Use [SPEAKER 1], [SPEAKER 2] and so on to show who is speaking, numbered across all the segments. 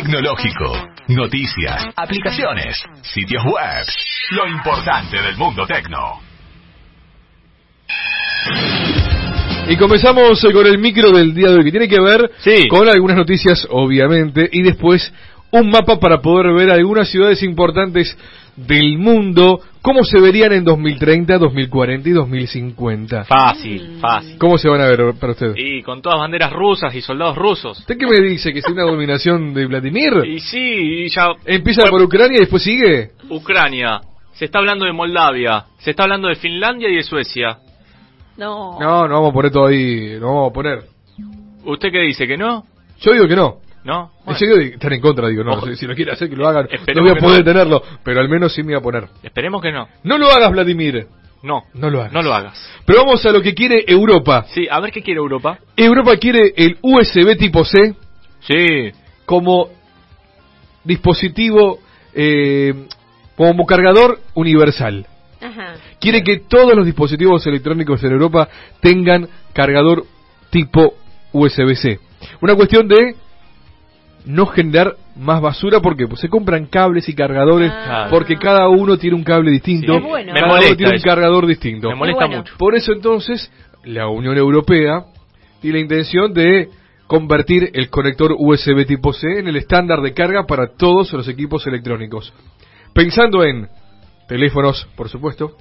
[SPEAKER 1] Agrotecnológico. Noticias, aplicaciones, sitios web. Lo importante del mundo tecno.
[SPEAKER 2] Y comenzamos eh, con el micro del día de hoy, que tiene que ver
[SPEAKER 3] Sí.
[SPEAKER 2] con algunas noticias, obviamente, y después un mapa para poder ver algunas ciudades importantes del mundo, cómo se verían en 2030, 2040 y 2050.
[SPEAKER 3] Fácil, fácil.
[SPEAKER 2] ¿Cómo se van a ver para ustedes?
[SPEAKER 3] Y con todas banderas rusas y soldados rusos.
[SPEAKER 2] ¿Usted qué me dice? ¿Que es una dominación de Vladimir?
[SPEAKER 3] Y sí, y ya
[SPEAKER 2] ¿Empieza por Ucrania y después sigue?
[SPEAKER 3] Ucrania. Se está hablando de Moldavia. Se está hablando de Finlandia y de Suecia.
[SPEAKER 4] No.
[SPEAKER 2] No, no vamos a poner todo ahí, no vamos a poner.
[SPEAKER 3] ¿Usted qué dice? ¿Que no?
[SPEAKER 2] Yo digo que no.
[SPEAKER 3] ¿No? Bueno,
[SPEAKER 2] Yo digo que están en contra, digo, no.
[SPEAKER 3] Ojo.
[SPEAKER 2] Si, si lo quiere hacer, que lo hagan. No
[SPEAKER 3] Esperemos
[SPEAKER 2] voy a
[SPEAKER 3] que
[SPEAKER 2] poder
[SPEAKER 3] no.
[SPEAKER 2] tenerlo, pero al menos sí me voy a poner.
[SPEAKER 3] esperemos que no.
[SPEAKER 2] No lo hagas, Vladimir.
[SPEAKER 3] No.
[SPEAKER 2] No lo hagas.
[SPEAKER 3] No lo hagas.
[SPEAKER 2] Pero vamos a lo que quiere Europa.
[SPEAKER 3] Sí, a ver qué quiere Europa.
[SPEAKER 2] Europa quiere el USB tipo C
[SPEAKER 3] Sí.
[SPEAKER 2] como dispositivo, eh, como cargador universal.
[SPEAKER 4] Ajá.
[SPEAKER 2] Quiere que todos los dispositivos electrónicos en Europa tengan cargador tipo USB-C. Una cuestión de no generar más basura porque pues, se compran cables y cargadores
[SPEAKER 4] Ah.
[SPEAKER 2] porque cada uno tiene un cable distinto,
[SPEAKER 3] Sí,
[SPEAKER 4] es bueno.
[SPEAKER 3] Me
[SPEAKER 2] cada uno
[SPEAKER 3] molesta
[SPEAKER 2] tiene un
[SPEAKER 3] eso.
[SPEAKER 2] cargador distinto.
[SPEAKER 3] Me molesta
[SPEAKER 4] bueno.
[SPEAKER 3] mucho.
[SPEAKER 2] Por eso entonces la Unión Europea tiene la intención de convertir el conector USB tipo C en el estándar de carga para todos los equipos electrónicos. Pensando en teléfonos, por supuesto,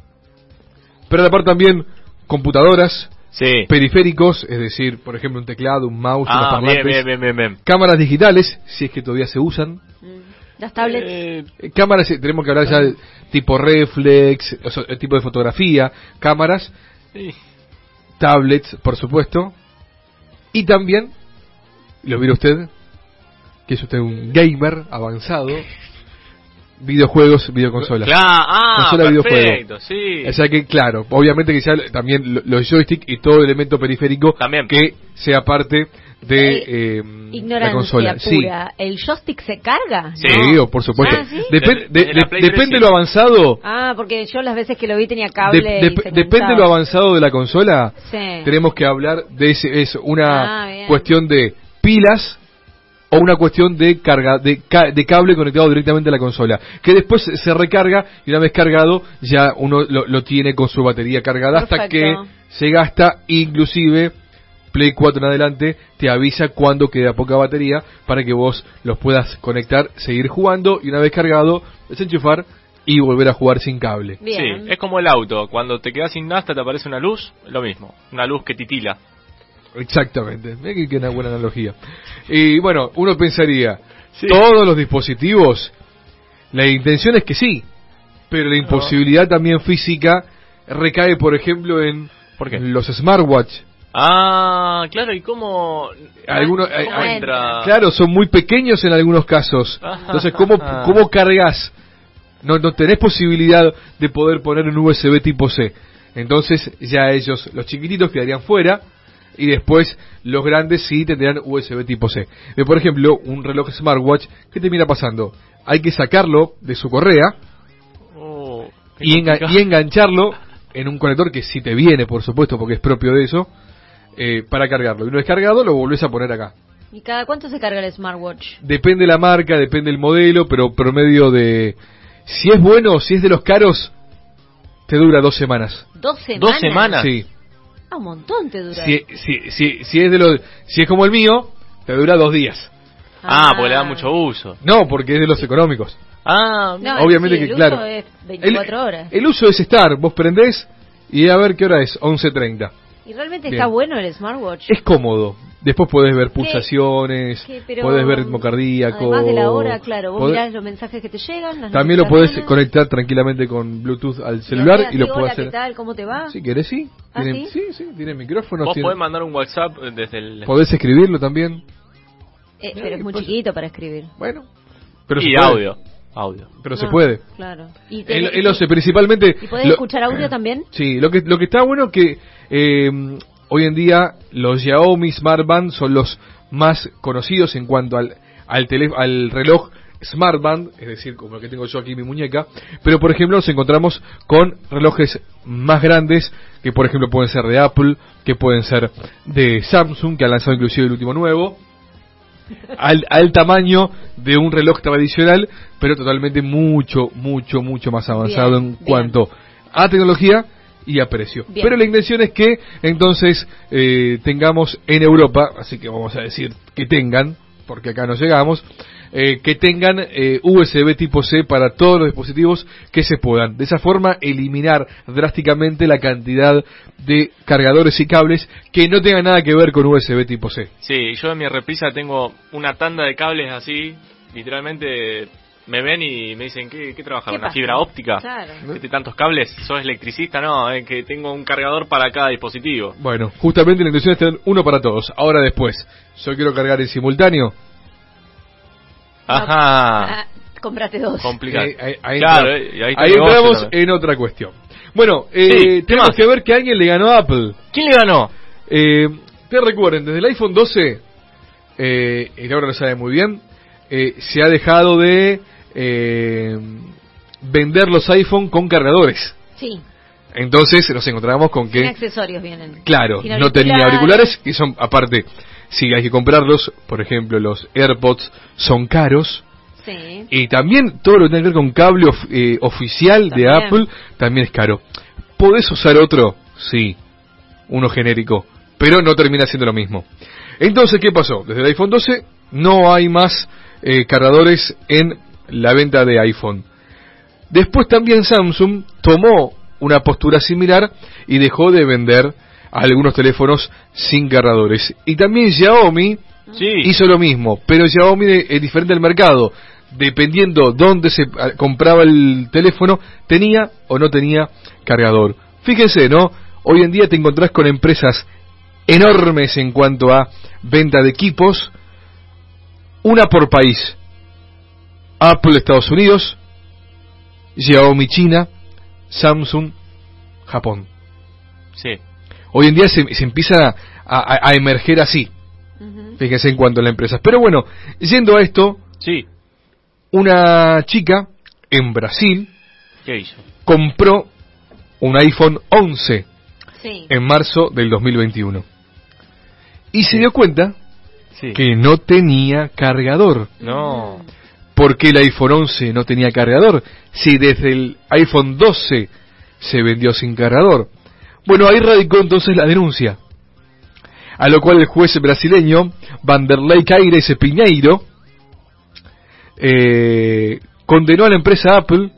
[SPEAKER 2] pero a la par también computadoras,
[SPEAKER 3] Sí.
[SPEAKER 2] periféricos, es decir, por ejemplo, un teclado, un mouse, unos
[SPEAKER 3] Ah, bien,
[SPEAKER 2] parlantes,
[SPEAKER 3] bien, bien, bien, bien.
[SPEAKER 2] cámaras digitales, si es que todavía se usan,
[SPEAKER 4] Mm. Las tablets.
[SPEAKER 3] Eh,
[SPEAKER 2] eh, Cámaras, eh, tenemos que hablar ya de tipo reflex, o sea, el tipo de fotografía, cámaras,
[SPEAKER 3] sí.
[SPEAKER 2] tablets, por supuesto, y también, lo mira usted, que es usted un gamer avanzado, videojuegos, videoconsolas.
[SPEAKER 3] Claro, ah,
[SPEAKER 2] Consola, videojuego.
[SPEAKER 3] perfecto, sí.
[SPEAKER 2] O sea que, claro, obviamente que ya también lo- los joysticks y todo elemento periférico
[SPEAKER 3] También.
[SPEAKER 2] que sea parte de eh, la
[SPEAKER 4] Ignorancia
[SPEAKER 2] consola. Sí.
[SPEAKER 4] pura. ¿El joystick se carga?
[SPEAKER 3] Sí.
[SPEAKER 2] Sí,
[SPEAKER 4] No.
[SPEAKER 2] o por supuesto.
[SPEAKER 4] Ah, ¿sí?
[SPEAKER 2] Depen- de-
[SPEAKER 3] De la
[SPEAKER 2] de-
[SPEAKER 3] Play
[SPEAKER 2] depende
[SPEAKER 3] 3,
[SPEAKER 2] lo
[SPEAKER 3] sí.
[SPEAKER 2] avanzado.
[SPEAKER 4] Ah, porque yo las veces que lo vi tenía cable.
[SPEAKER 2] Dep-
[SPEAKER 4] y
[SPEAKER 2] dep-
[SPEAKER 4] se
[SPEAKER 2] depende
[SPEAKER 4] conectaba.
[SPEAKER 2] lo avanzado de la consola.
[SPEAKER 4] Sí.
[SPEAKER 2] Tenemos que hablar de ese, es
[SPEAKER 4] Ah,
[SPEAKER 2] una
[SPEAKER 4] bien.
[SPEAKER 2] cuestión de pilas o una cuestión de carga de, ca- de cable conectado directamente a la consola, que después se- se recarga y una vez cargado ya uno lo, lo tiene con su batería cargada hasta que
[SPEAKER 4] Perfecto.
[SPEAKER 2] se gasta, inclusive Play 4 en adelante te avisa cuando queda poca batería para que vos los puedas conectar, seguir jugando y una vez cargado desenchufar y volver a jugar sin cable.
[SPEAKER 4] Bien.
[SPEAKER 3] Sí, es como el auto. Cuando te quedas sin nafta te aparece una luz, lo mismo. Una luz que titila.
[SPEAKER 2] Exactamente, Mirá que, que una buena analogía. Y bueno, uno pensaría,
[SPEAKER 3] Sí.
[SPEAKER 2] todos los dispositivos, la intención es que sí, pero la imposibilidad también física recae, por ejemplo, en
[SPEAKER 3] ¿Por qué?
[SPEAKER 2] los smartwatch.
[SPEAKER 3] Ah, claro, ¿y cómo,
[SPEAKER 2] Algunos-
[SPEAKER 3] cómo
[SPEAKER 2] eh, hay-
[SPEAKER 4] hay-
[SPEAKER 3] entra?
[SPEAKER 2] Claro, son muy pequeños en algunos casos.
[SPEAKER 3] Ah.
[SPEAKER 2] Entonces, ¿cómo, cómo cargas? No, no tenés posibilidad de poder poner un USB tipo C. Entonces, ya ellos, los chiquititos, quedarían fuera. Y después, los grandes sí tendrían USB tipo C. Eh, Por ejemplo, un reloj smartwatch, ¿qué termina pasando? Hay que sacarlo de su correa
[SPEAKER 3] Oh, qué
[SPEAKER 2] y, enga-
[SPEAKER 3] complicado.
[SPEAKER 2] y engancharlo en un conector que sí te viene, por supuesto, porque es propio de eso, eh, para cargarlo. Y una vez cargado, lo volvés a poner acá.
[SPEAKER 4] ¿Y cada cuánto se carga el smartwatch?
[SPEAKER 2] Depende la marca, depende el modelo, pero promedio de... Si es bueno, si es de los caros, te dura dos semanas.
[SPEAKER 4] ¿Dos semanas?
[SPEAKER 3] Dos semanas.
[SPEAKER 2] Sí.
[SPEAKER 4] Ah, un montón te dura.
[SPEAKER 2] Si, si, si, si es de los, si es como el mío, te dura dos días.
[SPEAKER 3] Ah,
[SPEAKER 2] pues
[SPEAKER 3] porque le da mucho uso.
[SPEAKER 2] No, porque es de los económicos.
[SPEAKER 3] Ah,
[SPEAKER 4] No, eh.
[SPEAKER 2] Obviamente
[SPEAKER 4] sí,
[SPEAKER 2] que
[SPEAKER 4] el uso
[SPEAKER 2] claro.
[SPEAKER 4] es 24
[SPEAKER 2] el,
[SPEAKER 4] horas.
[SPEAKER 2] El uso es estar, vos prendés y a ver qué hora es, 11.30.
[SPEAKER 4] Y realmente
[SPEAKER 2] Bien.
[SPEAKER 4] está bueno el smartwatch.
[SPEAKER 2] Es cómodo. Después podés ver pulsaciones,
[SPEAKER 4] Que, pero,
[SPEAKER 2] podés ver ritmo cardíaco.
[SPEAKER 4] Además de la hora, claro. Vos
[SPEAKER 2] podés-
[SPEAKER 4] mirás los mensajes que te llegan. las
[SPEAKER 2] también lo podés
[SPEAKER 4] notificaciones.
[SPEAKER 2] conectar tranquilamente con Bluetooth al
[SPEAKER 4] Y
[SPEAKER 2] celular
[SPEAKER 4] hacer
[SPEAKER 2] y lo
[SPEAKER 4] así,
[SPEAKER 2] podés
[SPEAKER 4] "Hola,
[SPEAKER 2] hacer.
[SPEAKER 4] ¿Qué tal? ¿Cómo te va?
[SPEAKER 2] Si querés, sí.
[SPEAKER 4] ¿Ah,
[SPEAKER 2] Tiene-
[SPEAKER 4] sí?
[SPEAKER 2] sí, sí, tiene micrófonos.
[SPEAKER 3] vos
[SPEAKER 2] tiene-
[SPEAKER 3] podés mandar un WhatsApp eh, desde el...
[SPEAKER 2] podés escribirlo también.
[SPEAKER 4] Eh, pero es muy
[SPEAKER 2] Pues-
[SPEAKER 4] chiquito para escribir.
[SPEAKER 2] Bueno. se puede.
[SPEAKER 3] y audio. Audio.
[SPEAKER 2] Pero se
[SPEAKER 4] No,
[SPEAKER 2] puede.
[SPEAKER 4] Claro. Y,
[SPEAKER 2] Él,
[SPEAKER 4] tenés-
[SPEAKER 2] él lo hace principalmente.
[SPEAKER 4] ¿Y podés
[SPEAKER 2] lo- Ah.
[SPEAKER 4] escuchar audio también?
[SPEAKER 2] Sí, lo que, lo que está bueno que eh, hoy en día los Xiaomi Smart Band son los más conocidos en cuanto al, al, tele- al reloj Smart Band, es decir, como el que tengo yo aquí en mi muñeca, pero por ejemplo nos encontramos con relojes más grandes, que por ejemplo pueden ser de Apple, que pueden ser de Samsung, que ha lanzado inclusive el último nuevo, al, al tamaño de un reloj tradicional, pero totalmente mucho, mucho, mucho más avanzado
[SPEAKER 4] Bien,
[SPEAKER 2] en
[SPEAKER 4] bien.
[SPEAKER 2] cuanto a tecnología y a precio.
[SPEAKER 4] Bien.
[SPEAKER 2] Pero la intención es que entonces eh, tengamos en Europa, así que vamos a decir que tengan, porque acá no llegamos, eh, que tengan eh, USB tipo C para todos los dispositivos que se puedan. De esa forma eliminar drásticamente la cantidad de cargadores y cables que no tengan nada que ver con USB tipo C.
[SPEAKER 3] Sí, yo en mi repisa tengo una tanda de cables así, literalmente me ven y me dicen, ¿qué, qué trabaja?
[SPEAKER 4] ¿Qué
[SPEAKER 3] ¿Una
[SPEAKER 4] pasa?
[SPEAKER 3] fibra óptica?
[SPEAKER 4] Claro.
[SPEAKER 3] ¿Qué te- tantos cables? ¿Sos electricista? No, es que tengo un cargador para cada dispositivo.
[SPEAKER 2] Bueno, justamente la intención es tener uno para todos. Ahora después, yo quiero cargar en simultáneo.
[SPEAKER 3] Ajá.
[SPEAKER 4] Ah, comprate dos.
[SPEAKER 3] Complicado.
[SPEAKER 2] Eh, ahí- ahí
[SPEAKER 3] claro,
[SPEAKER 2] entra-
[SPEAKER 3] eh, ahí está
[SPEAKER 2] ahí
[SPEAKER 3] el negocio
[SPEAKER 2] entramos
[SPEAKER 3] también.
[SPEAKER 2] en otra cuestión. Bueno, eh,
[SPEAKER 3] Sí, ¿qué
[SPEAKER 2] tenemos
[SPEAKER 3] más?
[SPEAKER 2] que ver que alguien le ganó a Apple.
[SPEAKER 3] ¿Quién le ganó?
[SPEAKER 4] Ah.
[SPEAKER 2] Eh, te recuerden, desde el iPhone 12, eh, y ahora lo sabe muy bien, eh, se ha dejado de eh, vender los iPhone con cargadores.
[SPEAKER 4] Sí.
[SPEAKER 2] Entonces nos encontramos con
[SPEAKER 4] Sin
[SPEAKER 2] que...
[SPEAKER 4] accesorios vienen.
[SPEAKER 2] Claro,
[SPEAKER 4] Sin
[SPEAKER 2] no tenía auriculares, que son, aparte, si hay que comprarlos, por ejemplo, los AirPods son caros.
[SPEAKER 4] Sí.
[SPEAKER 2] Y también todo lo que tiene que ver con cable of- eh, oficial de
[SPEAKER 4] También.
[SPEAKER 2] Apple también es caro. ¿Podés usar otro? Sí, uno genérico, pero no termina siendo lo mismo. Entonces, ¿qué pasó? Desde el iPhone 12 no hay más eh, cargadores en la venta de iPhone. Después también Samsung tomó una postura similar y dejó de vender algunos teléfonos sin cargadores. Y también Xiaomi
[SPEAKER 3] Sí.
[SPEAKER 2] hizo lo mismo, pero Xiaomi de- es diferente al mercado. Dependiendo dónde se ah, compraba el teléfono, tenía o no tenía cargador. Fíjense, ¿no? Hoy en día te encontrás con empresas enormes en cuanto a venta de equipos, una por país. Apple Estados Unidos, Xiaomi China, Samsung Japón.
[SPEAKER 3] Sí.
[SPEAKER 2] Hoy en día se, se empieza a- a- a emerger así.
[SPEAKER 4] Ujú.
[SPEAKER 2] Fíjense en cuanto a las empresas. Pero bueno, yendo a esto,
[SPEAKER 3] Sí.
[SPEAKER 2] una chica en Brasil
[SPEAKER 3] ¿Qué hizo?
[SPEAKER 2] compró un iPhone 11
[SPEAKER 4] Sí.
[SPEAKER 2] en marzo del 2021. Y se dio cuenta
[SPEAKER 3] Sí.
[SPEAKER 2] que no tenía cargador.
[SPEAKER 3] No.
[SPEAKER 2] ¿Por qué el iPhone 11 no tenía cargador? Si desde el iPhone 12 se vendió sin cargador. Bueno, ahí radicó entonces la denuncia. A lo cual el juez brasileño Vanderlei Caires Pinheiro eh, condenó a la empresa Apple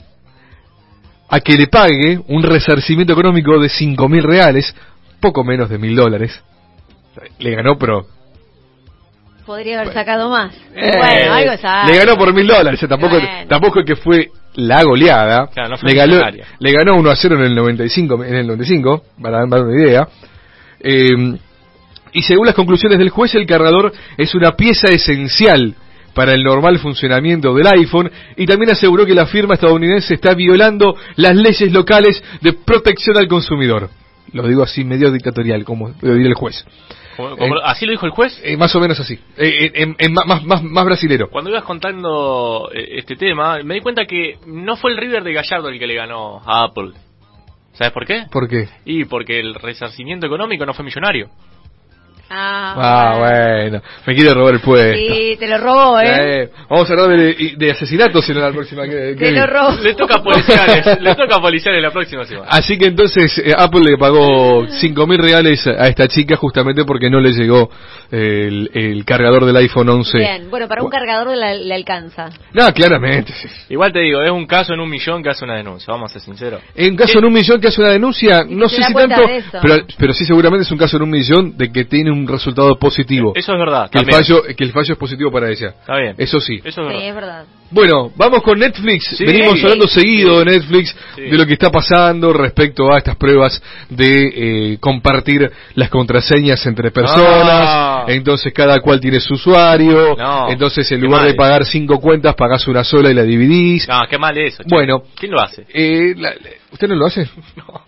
[SPEAKER 2] a que le pague un resarcimiento económico de 5.000 reales, poco menos de 1.000 dólares. Le ganó, pero...
[SPEAKER 4] Podría haber sacado más.
[SPEAKER 2] Eh,
[SPEAKER 4] bueno, algo es algo.
[SPEAKER 2] Le ganó por mil dólares, o sea, tampoco,
[SPEAKER 4] Bueno.
[SPEAKER 2] tampoco es que fue la goleada.
[SPEAKER 3] Claro, no fue
[SPEAKER 2] le, ganó,
[SPEAKER 3] millonaria.
[SPEAKER 2] le ganó 1 a 0 en el 95, en el 95 para dar una idea. Eh, y según las conclusiones del juez, el cargador es una pieza esencial para el normal funcionamiento del iPhone y también aseguró que la firma estadounidense está violando las leyes locales de protección al consumidor. Lo digo así, medio dictatorial, como lo diría el juez.
[SPEAKER 3] Como- como-
[SPEAKER 2] Eh.
[SPEAKER 3] ¿Así lo dijo el juez?
[SPEAKER 2] Eh, más o menos así. Eh, en- en- en- más, más, más brasilero.
[SPEAKER 3] Cuando ibas contando eh, este tema, me di cuenta que no fue el River de Gallardo el que le ganó a Apple. ¿Sabes por qué?
[SPEAKER 2] ¿Por qué?
[SPEAKER 3] Y porque el resarcimiento económico no fue millonario.
[SPEAKER 4] Ah,
[SPEAKER 2] Ah, bueno. Me quiere robar el puesto.
[SPEAKER 4] Sí, te lo robó, ¿eh?
[SPEAKER 2] Eh, vamos a hablar de, de asesinatos en la próxima. que- que-
[SPEAKER 4] te lo robó.
[SPEAKER 3] Le toca a policiales, le toca a policiales la próxima semana.
[SPEAKER 2] Así que entonces eh, Apple le pagó 5.000 reales a a esta chica justamente porque no le llegó eh, el, el cargador del iPhone 11.
[SPEAKER 4] Bien, bueno, para un cargador la- le alcanza.
[SPEAKER 2] No, claramente. sí.
[SPEAKER 3] Igual te digo, es un caso en un millón que hace una denuncia, vamos a ser sinceros.
[SPEAKER 2] En caso en un millón que hace una denuncia, no
[SPEAKER 4] se
[SPEAKER 2] sé
[SPEAKER 4] da
[SPEAKER 2] si
[SPEAKER 4] cuenta
[SPEAKER 2] tanto,
[SPEAKER 4] de eso.
[SPEAKER 2] pero, pero sí seguramente es un caso en un millón de que tiene un resultado positivo.
[SPEAKER 3] Eso es verdad,
[SPEAKER 2] que, el
[SPEAKER 3] también.
[SPEAKER 2] fallo, que el fallo es positivo para ella.
[SPEAKER 3] Está bien.
[SPEAKER 2] Eso sí.
[SPEAKER 3] Eso es
[SPEAKER 4] Sí,
[SPEAKER 3] verdad.
[SPEAKER 4] es verdad.
[SPEAKER 2] Bueno, vamos con Netflix.
[SPEAKER 3] Sí.
[SPEAKER 2] Venimos hablando
[SPEAKER 3] Sí.
[SPEAKER 2] seguido de Netflix,
[SPEAKER 3] Sí.
[SPEAKER 2] de lo que está pasando respecto a estas pruebas de eh, compartir las contraseñas entre personas.
[SPEAKER 3] Ah.
[SPEAKER 2] Entonces cada cual tiene su usuario.
[SPEAKER 3] No,
[SPEAKER 2] Entonces en
[SPEAKER 3] qué
[SPEAKER 2] lugar de
[SPEAKER 3] mal.
[SPEAKER 2] pagar cinco cuentas, pagás una sola y la dividís.
[SPEAKER 3] No, Ah, qué mal eso. che.
[SPEAKER 2] Bueno.
[SPEAKER 3] ¿Quién lo hace?
[SPEAKER 2] Eh, la- la- ¿Usted no lo hace?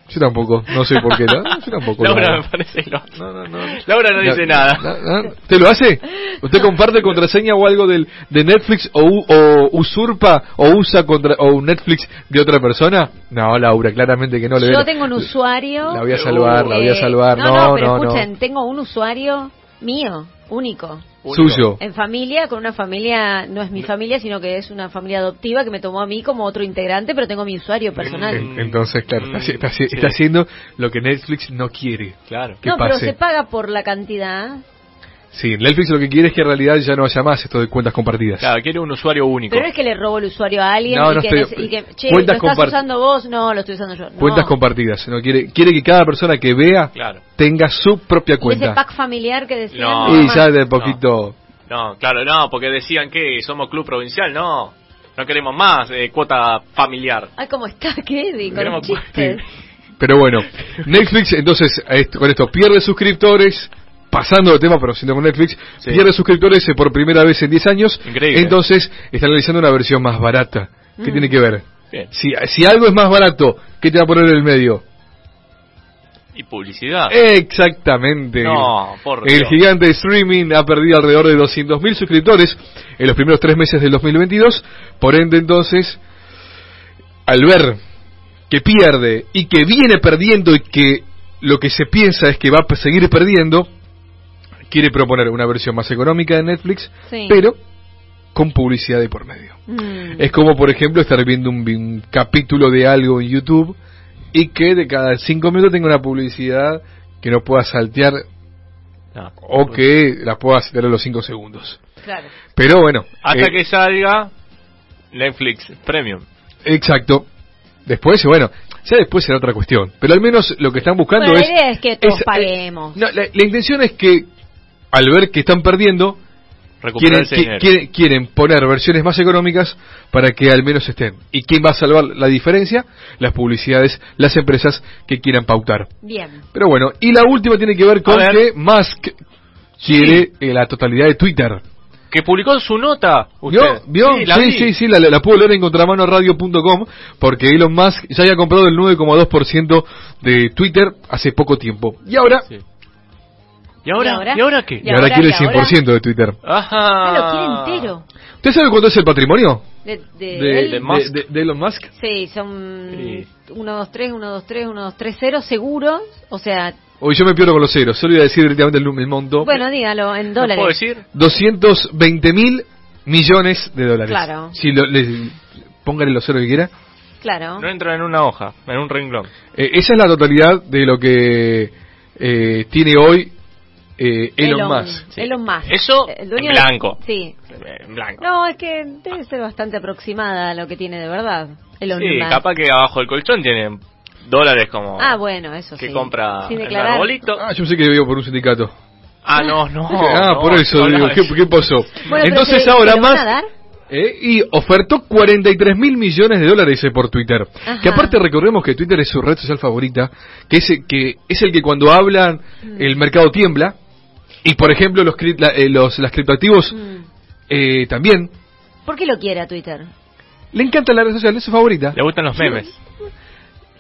[SPEAKER 2] Yo tampoco. No sé por qué. No, yo tampoco. lo
[SPEAKER 3] Laura
[SPEAKER 2] hago.
[SPEAKER 3] me parece que lo hace.
[SPEAKER 2] No, no, no.
[SPEAKER 3] Laura no
[SPEAKER 2] Ya-
[SPEAKER 3] dice nada.
[SPEAKER 2] na- na- ¿Usted lo hace? ¿Usted comparte contraseña o algo del, de Netflix o, u- o usurpa o usa contra, o un Netflix de otra persona? No, Laura, claramente que no le
[SPEAKER 4] Yo
[SPEAKER 2] veo.
[SPEAKER 4] tengo un usuario.
[SPEAKER 2] La voy a salvar, la voy a
[SPEAKER 4] eh,
[SPEAKER 2] salvar.
[SPEAKER 4] No, no,
[SPEAKER 2] No,
[SPEAKER 4] pero
[SPEAKER 2] no, no.
[SPEAKER 4] escuchen, tengo un usuario mío, único.
[SPEAKER 3] Único.
[SPEAKER 2] Suyo.
[SPEAKER 4] En familia, con una familia, no es mi familia, sino que es una familia adoptiva que me tomó a mí como otro integrante, pero tengo mi usuario personal.
[SPEAKER 3] Mm.
[SPEAKER 2] En- Entonces, claro,
[SPEAKER 3] Mm,
[SPEAKER 2] está, haci- está haci-
[SPEAKER 3] sí.
[SPEAKER 2] está haciendo lo que Netflix no quiere.
[SPEAKER 3] Claro.
[SPEAKER 2] que
[SPEAKER 4] No, pero
[SPEAKER 2] pase.
[SPEAKER 4] se paga por la cantidad.
[SPEAKER 2] Sí, Netflix lo que quiere es que en realidad ya no haya más esto de cuentas compartidas.
[SPEAKER 3] Claro, quiere un usuario único.
[SPEAKER 4] Pero no es que le robo el usuario a alguien
[SPEAKER 2] No,
[SPEAKER 4] y,
[SPEAKER 2] no
[SPEAKER 4] que
[SPEAKER 2] estoy-
[SPEAKER 4] nece- y que, che, ¿lo
[SPEAKER 2] cuentas
[SPEAKER 4] estás
[SPEAKER 2] compart-
[SPEAKER 4] usando vos? No, lo estoy usando yo. No.
[SPEAKER 2] Cuentas compartidas. No quiere, quiere que cada persona que vea
[SPEAKER 3] Claro.
[SPEAKER 2] tenga su propia
[SPEAKER 4] Y ese
[SPEAKER 2] cuenta.
[SPEAKER 4] pack familiar que decían.
[SPEAKER 3] No.
[SPEAKER 4] mi
[SPEAKER 2] Y
[SPEAKER 4] mamá.
[SPEAKER 2] ya de poquito.
[SPEAKER 3] Ah, No, claro, no, porque decían que somos club provincial, no. No queremos más eh, cuota familiar.
[SPEAKER 4] Ay, ¿cómo está Kevin? Con
[SPEAKER 3] Queremos-
[SPEAKER 4] los chistes.
[SPEAKER 2] Pero bueno, Netflix entonces a esto- con esto pierde suscriptores. Pasando de tema, pero siendo con Netflix,
[SPEAKER 3] Sí.
[SPEAKER 2] pierde suscriptores eh, por primera vez en 10 años.
[SPEAKER 3] Increíble.
[SPEAKER 2] Entonces está realizando una versión más barata. ¿Qué
[SPEAKER 4] Mm.
[SPEAKER 2] tiene que ver?
[SPEAKER 3] Bien.
[SPEAKER 2] Si, si algo es más barato, ¿qué te va a poner en el medio?
[SPEAKER 3] Y publicidad.
[SPEAKER 2] Exactamente.
[SPEAKER 3] Ah. No, por
[SPEAKER 2] Eh, El
[SPEAKER 3] Dios.
[SPEAKER 2] gigante de streaming ha perdido alrededor de 200.000 suscriptores en los primeros tres meses del 2022. Por ende, entonces, al ver que pierde y que viene perdiendo y que lo que se piensa es que va a seguir perdiendo, quiere proponer una versión más económica de Netflix,
[SPEAKER 4] Sí.
[SPEAKER 2] pero con publicidad de por medio.
[SPEAKER 4] Mm.
[SPEAKER 2] Es como, por ejemplo, estar viendo un, vi- un capítulo de algo en YouTube y que de cada cinco minutos tenga una publicidad que no pueda saltear
[SPEAKER 3] No.
[SPEAKER 2] o que la pueda saltear a los cinco segundos.
[SPEAKER 4] Claro.
[SPEAKER 2] Pero bueno.
[SPEAKER 3] Hasta
[SPEAKER 2] eh,
[SPEAKER 3] que salga Netflix Premium.
[SPEAKER 2] Exacto. Después, bueno, ya después será otra cuestión. Pero al menos lo que están buscando
[SPEAKER 4] Bueno, la
[SPEAKER 2] es...
[SPEAKER 4] idea es que todos
[SPEAKER 2] eh,
[SPEAKER 4] paguemos.
[SPEAKER 2] no, la, la intención es que al ver que están perdiendo, quieren,
[SPEAKER 3] Recuperar ese
[SPEAKER 2] qui-
[SPEAKER 3] dinero.
[SPEAKER 2] quieren- quieren poner versiones más económicas para que al menos estén. ¿Y quién va a salvar la diferencia? Las publicidades, las empresas que quieran pautar.
[SPEAKER 4] Bien.
[SPEAKER 2] Pero bueno, y la última tiene que ver con
[SPEAKER 3] ver.
[SPEAKER 2] que Musk quiere eh, la totalidad de Twitter.
[SPEAKER 3] Que publicó su nota.
[SPEAKER 2] ¿Vio?
[SPEAKER 3] Usted.
[SPEAKER 2] ¿Vio?
[SPEAKER 3] Sí, la
[SPEAKER 2] sí,
[SPEAKER 3] vi.
[SPEAKER 2] sí, sí, la, la puedo leer en contramanoradio.com porque Elon Musk ya había comprado el 9,2% de Twitter hace poco tiempo. Y ahora,
[SPEAKER 3] Sí. ¿Y ahora?
[SPEAKER 4] ¿Y ahora?
[SPEAKER 3] ¿Y ahora qué?
[SPEAKER 2] y ahora
[SPEAKER 4] ahora,
[SPEAKER 2] quiere el
[SPEAKER 4] y ahora?
[SPEAKER 2] 100% de Twitter.
[SPEAKER 3] Ajá.
[SPEAKER 4] Ah, lo quiere entero.
[SPEAKER 2] ¿Usted sabe cuánto es el patrimonio
[SPEAKER 4] De, de
[SPEAKER 2] de,
[SPEAKER 4] él.
[SPEAKER 2] de-
[SPEAKER 3] Musk.
[SPEAKER 2] de- de Elon Musk?
[SPEAKER 4] Sí, son
[SPEAKER 3] Sí.
[SPEAKER 4] 1, 2, 3, 1, 2, 3, 1, 2, 3, 0 seguros. O sea,
[SPEAKER 2] Hoy yo me pierdo con los ceros, solo iba a decir directamente el, num- el monto.
[SPEAKER 4] bueno, dígalo en
[SPEAKER 3] ¿No ¿Puedo
[SPEAKER 4] dólares.
[SPEAKER 3] decir?
[SPEAKER 2] 220 mil millones de dólares.
[SPEAKER 4] Claro.
[SPEAKER 2] Si lo, le- póngale los ceros que quiera.
[SPEAKER 4] Claro.
[SPEAKER 3] No entra en una hoja, en un renglón.
[SPEAKER 2] Eh, esa es la totalidad de lo que eh, tiene hoy eh, Elon, Musk.
[SPEAKER 3] Sí.
[SPEAKER 4] Elon Musk.
[SPEAKER 3] Eso,
[SPEAKER 4] El dueño
[SPEAKER 3] en
[SPEAKER 4] de-
[SPEAKER 3] blanco.
[SPEAKER 4] Sí.
[SPEAKER 3] En blanco.
[SPEAKER 4] No, es que debe ser bastante aproximada a lo que tiene de verdad Elon
[SPEAKER 3] sí,
[SPEAKER 4] Musk.
[SPEAKER 3] capaz que abajo del colchón tienen dólares como...
[SPEAKER 4] Ah, bueno, eso
[SPEAKER 3] que
[SPEAKER 4] sí.
[SPEAKER 3] compra
[SPEAKER 4] Sin
[SPEAKER 3] el
[SPEAKER 4] declarar.
[SPEAKER 3] arbolito.
[SPEAKER 2] Ah, yo pensé que vivo por un sindicato.
[SPEAKER 3] Ah, no, no.
[SPEAKER 2] ah,
[SPEAKER 3] no,
[SPEAKER 2] por eso,
[SPEAKER 3] no,
[SPEAKER 2] digo,
[SPEAKER 3] no,
[SPEAKER 2] ¿qué,
[SPEAKER 3] es-
[SPEAKER 2] qué pasó?
[SPEAKER 4] Bueno, pero
[SPEAKER 2] Entonces
[SPEAKER 4] ¿se-
[SPEAKER 2] ahora
[SPEAKER 4] se lo van
[SPEAKER 2] más...
[SPEAKER 4] a dar?
[SPEAKER 2] eh, y ofertó 43 mil millones de dólares eh, por Twitter.
[SPEAKER 4] Ajá.
[SPEAKER 2] Que aparte recordemos que Twitter es su red social favorita, que es, el- que es el que cuando hablan
[SPEAKER 4] Mm.
[SPEAKER 2] el mercado tiembla. Y por ejemplo los, cri- la- eh, los las criptoactivos
[SPEAKER 4] Mm.
[SPEAKER 2] eh, también.
[SPEAKER 4] ¿Por qué lo quiere a Twitter?
[SPEAKER 2] Le encanta la red social, es su favorita.
[SPEAKER 3] Le gustan los memes.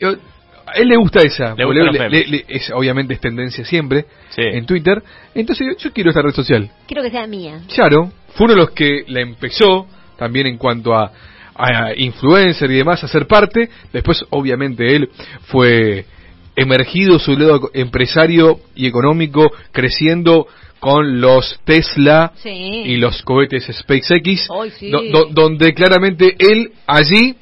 [SPEAKER 2] Yo- a él le gusta esa.
[SPEAKER 3] Le
[SPEAKER 2] porque
[SPEAKER 3] gustan los memes.
[SPEAKER 2] le- es, obviamente es tendencia siempre
[SPEAKER 3] Sí.
[SPEAKER 2] en Twitter. Entonces yo, yo quiero esta red social.
[SPEAKER 4] Quiero que sea mía.
[SPEAKER 2] Claro, fue uno de los que la empezó también en cuanto a, a influencer y demás a ser parte. Después obviamente él fue emergido su lado empresario y económico creciendo con los Tesla
[SPEAKER 4] Sí.
[SPEAKER 2] y los cohetes SpaceX,
[SPEAKER 4] Ay, sí.
[SPEAKER 2] do- do- donde claramente él allí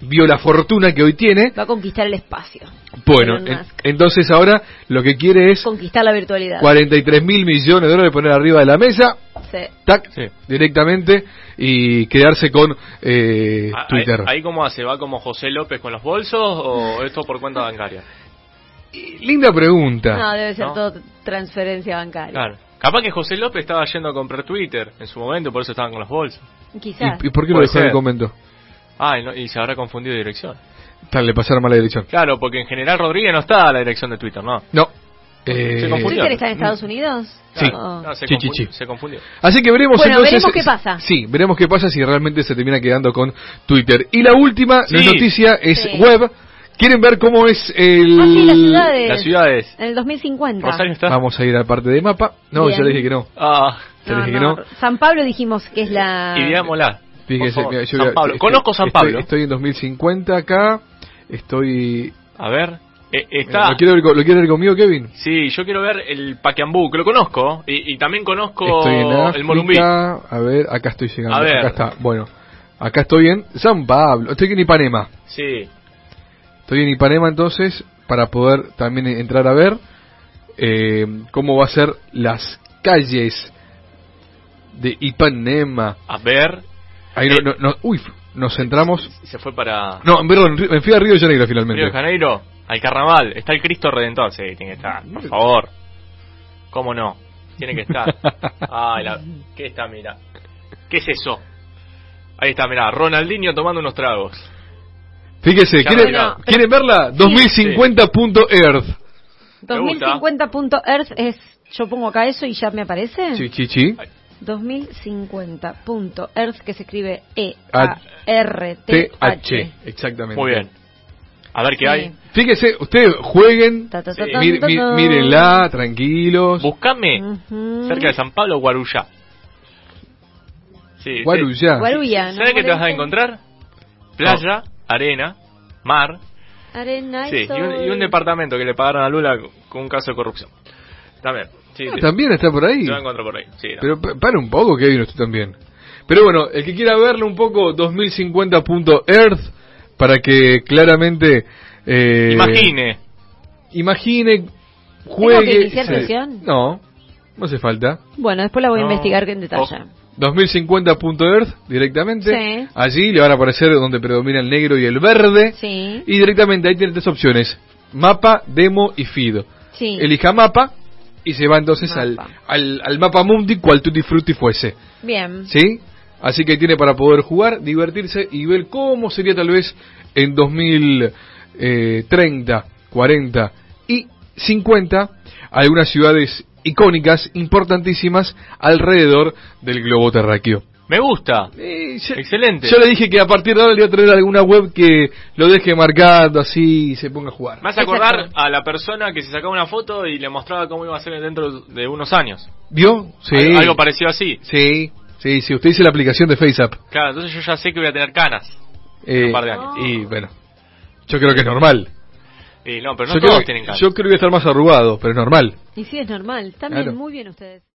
[SPEAKER 2] vio la fortuna que hoy tiene
[SPEAKER 4] Va a conquistar el espacio.
[SPEAKER 2] bueno,
[SPEAKER 4] Elon
[SPEAKER 2] en-
[SPEAKER 4] Musk.
[SPEAKER 2] entonces ahora lo que quiere es
[SPEAKER 4] Conquistar la virtualidad.
[SPEAKER 2] 43 mil millones de dólares poner arriba de la mesa,
[SPEAKER 4] Sí.
[SPEAKER 2] tac,
[SPEAKER 3] Sí.
[SPEAKER 2] directamente y quedarse con eh,
[SPEAKER 3] Ah,
[SPEAKER 2] Twitter.
[SPEAKER 3] ¿Ahí, ahí cómo hace? ¿Va como José López con los bolsos o esto por cuenta bancaria?
[SPEAKER 2] Y- Linda pregunta.
[SPEAKER 4] No, debe ser
[SPEAKER 3] No.
[SPEAKER 4] todo transferencia bancaria.
[SPEAKER 3] Claro. Capaz que José López estaba yendo a comprar Twitter en su momento, por eso estaban con los bolsos.
[SPEAKER 4] Quizás.
[SPEAKER 2] ¿Y, y por qué lo
[SPEAKER 3] Puede
[SPEAKER 2] dejó en el
[SPEAKER 3] ser.
[SPEAKER 2] comento?
[SPEAKER 3] Ah, y, no- y se habrá confundido de dirección.
[SPEAKER 2] Tal, le pasaron mala dirección.
[SPEAKER 3] Claro, porque en general Rodríguez no está a la dirección de Twitter, ¿no?
[SPEAKER 2] No. Eh,
[SPEAKER 3] Se confundió.
[SPEAKER 4] ¿Twitter está en Estados Unidos?
[SPEAKER 2] mm, Sí.
[SPEAKER 4] Oh.
[SPEAKER 3] No, se,
[SPEAKER 2] Chi,
[SPEAKER 3] confundió,
[SPEAKER 2] chi, chi.
[SPEAKER 3] se confundió.
[SPEAKER 2] Así que veremos
[SPEAKER 4] Bueno,
[SPEAKER 2] entonces.
[SPEAKER 4] veremos qué pasa.
[SPEAKER 2] Sí, veremos qué pasa si realmente se termina quedando con Twitter. Y la última no es
[SPEAKER 3] Sí.
[SPEAKER 2] noticia, es
[SPEAKER 4] Sí.
[SPEAKER 2] web. ¿Quieren ver cómo es el.
[SPEAKER 4] Ah, sí, las ciudades.
[SPEAKER 3] La ciudad es...
[SPEAKER 4] En el 2050.
[SPEAKER 3] ¿Rosario está?
[SPEAKER 2] Vamos a ir a la parte de mapa. No,
[SPEAKER 4] Bien.
[SPEAKER 2] yo le dije que no.
[SPEAKER 3] Ah,
[SPEAKER 2] Te
[SPEAKER 4] No,
[SPEAKER 2] dije que
[SPEAKER 4] no,
[SPEAKER 2] no.
[SPEAKER 4] San Pablo dijimos que es la...
[SPEAKER 3] y digámosla.
[SPEAKER 2] Dije,
[SPEAKER 3] Por
[SPEAKER 2] sí,
[SPEAKER 3] favor,
[SPEAKER 2] mira, yo
[SPEAKER 3] San
[SPEAKER 2] voy a- este,
[SPEAKER 3] Pablo.
[SPEAKER 2] estoy-
[SPEAKER 3] Conozco San
[SPEAKER 2] estoy-
[SPEAKER 3] Pablo.
[SPEAKER 2] Estoy, en 2050 acá. Estoy.
[SPEAKER 3] A ver, Eh, está...
[SPEAKER 2] ¿Lo quiere, ver, con- ¿Lo quiere ver conmigo, Kevin?
[SPEAKER 3] Sí, yo quiero ver el Paquiambú, que lo conozco. Y, y también conozco
[SPEAKER 2] Estoy en África.
[SPEAKER 3] el Morumbí.
[SPEAKER 2] A ver, acá estoy llegando.
[SPEAKER 3] A ver.
[SPEAKER 2] Acá está. Bueno, acá estoy en San Pablo. Estoy en Ipanema.
[SPEAKER 3] Sí.
[SPEAKER 2] Estoy en Ipanema entonces para poder también entrar a ver eh, cómo va a ser las calles de Ipanema.
[SPEAKER 3] A ver.
[SPEAKER 2] Ahí
[SPEAKER 3] Eh.
[SPEAKER 2] no- no- no- uy, nos centramos.
[SPEAKER 3] Se fue para
[SPEAKER 2] No, perdón, me fui a Río de Janeiro finalmente.
[SPEAKER 3] Río de Janeiro, al carnaval. Está el Cristo Redentor. Sí, tiene que estar. Por favor. ¿Cómo no? Tiene que estar. Ay, la... ¿Qué está, mira? ¿Qué es eso? Ahí está, mira, Ronaldinho tomando unos tragos.
[SPEAKER 2] Fíjese,
[SPEAKER 3] Ya
[SPEAKER 2] ¿quieren,
[SPEAKER 3] bueno,
[SPEAKER 4] pero-
[SPEAKER 2] ¿quieren verla? 2050.earth.
[SPEAKER 3] Me gusta.
[SPEAKER 4] 2050.earth es. Yo pongo acá eso y ya me aparece.
[SPEAKER 2] Chi, chi, chi.
[SPEAKER 4] 2050.earth que se escribe E
[SPEAKER 2] A-
[SPEAKER 4] E-A-R-T-H.
[SPEAKER 2] TH, exactamente.
[SPEAKER 3] Muy bien. A ver qué hay.
[SPEAKER 4] Sí.
[SPEAKER 2] Fíjese, ustedes jueguen, eh,
[SPEAKER 4] Ta, ta,
[SPEAKER 3] Sí.
[SPEAKER 4] ta,
[SPEAKER 2] mi-
[SPEAKER 4] ta,
[SPEAKER 2] mi-
[SPEAKER 4] ta.
[SPEAKER 2] mírenla, tranquilos.
[SPEAKER 4] Mm.
[SPEAKER 3] Buscame
[SPEAKER 4] Ujú.
[SPEAKER 3] cerca de San Pablo, Guarulá. Sí,
[SPEAKER 2] Guaru
[SPEAKER 3] sí.
[SPEAKER 2] ya.
[SPEAKER 4] Guarulla, ¿no?
[SPEAKER 3] ¿Sabes qué te vas a encontrar? Playa, arena, mar,
[SPEAKER 4] Arena y
[SPEAKER 3] sí, y un, y
[SPEAKER 4] sol.
[SPEAKER 3] un departamento que le pagaron a Lula con un caso de corrupción. También, sí,
[SPEAKER 2] Ah,
[SPEAKER 3] sí.
[SPEAKER 2] También está por ahí.
[SPEAKER 3] Se va a encontrar por ahí. Sí, no.
[SPEAKER 2] Pero pa- para un poco, Kevin, usted también. Pero bueno, el que quiera verlo un poco, 2050.earth, para que claramente... eh,
[SPEAKER 3] Imagine.
[SPEAKER 2] Imagine,
[SPEAKER 4] que
[SPEAKER 2] juegue...
[SPEAKER 4] iniciar sesión?
[SPEAKER 2] No, no hace falta.
[SPEAKER 4] Bueno, después la voy
[SPEAKER 3] No.
[SPEAKER 4] a investigar en detalle.
[SPEAKER 3] Ojo.
[SPEAKER 2] 2050.earth directamente.
[SPEAKER 4] Sí.
[SPEAKER 2] Allí le van a aparecer donde predomina el negro y el verde.
[SPEAKER 4] Sí.
[SPEAKER 2] Y directamente ahí tiene tres opciones: mapa, demo y feed.
[SPEAKER 4] Sí.
[SPEAKER 2] Elija mapa y se va entonces al,
[SPEAKER 4] Mapa.
[SPEAKER 2] al, al mapa mundi cual tutti frutti fuese.
[SPEAKER 4] Bien.
[SPEAKER 2] ¿Sí? Así que tiene para poder jugar, divertirse y ver cómo sería tal vez en 2030, 40 y 50 algunas ciudades icónicas, importantísimas, alrededor del globo terráqueo.
[SPEAKER 3] Me gusta.
[SPEAKER 2] Eh, ya-
[SPEAKER 3] Excelente.
[SPEAKER 2] Yo le dije que a partir de ahora le iba a traer alguna web que lo deje marcado así y se ponga a jugar.
[SPEAKER 3] Me hace acordar
[SPEAKER 4] Exacto.
[SPEAKER 3] a la persona que se sacaba una foto y le mostraba cómo iba a ser dentro de unos años.
[SPEAKER 2] ¿Vio? Sí.
[SPEAKER 3] Al- Algo parecido así.
[SPEAKER 2] Sí, sí, sí. Usted dice la aplicación de FaceApp.
[SPEAKER 3] Claro, entonces yo ya sé que voy a tener canas.
[SPEAKER 2] Eh,
[SPEAKER 3] un par de años.
[SPEAKER 2] Y bueno, yo creo que es normal.
[SPEAKER 3] Y no, pero no
[SPEAKER 2] yo,
[SPEAKER 3] todos
[SPEAKER 2] creo,
[SPEAKER 3] tienen canas.
[SPEAKER 2] yo creo que voy a estar más arrugado, pero es normal.
[SPEAKER 4] Y sí, es normal. También
[SPEAKER 2] Claro.
[SPEAKER 4] muy bien ustedes.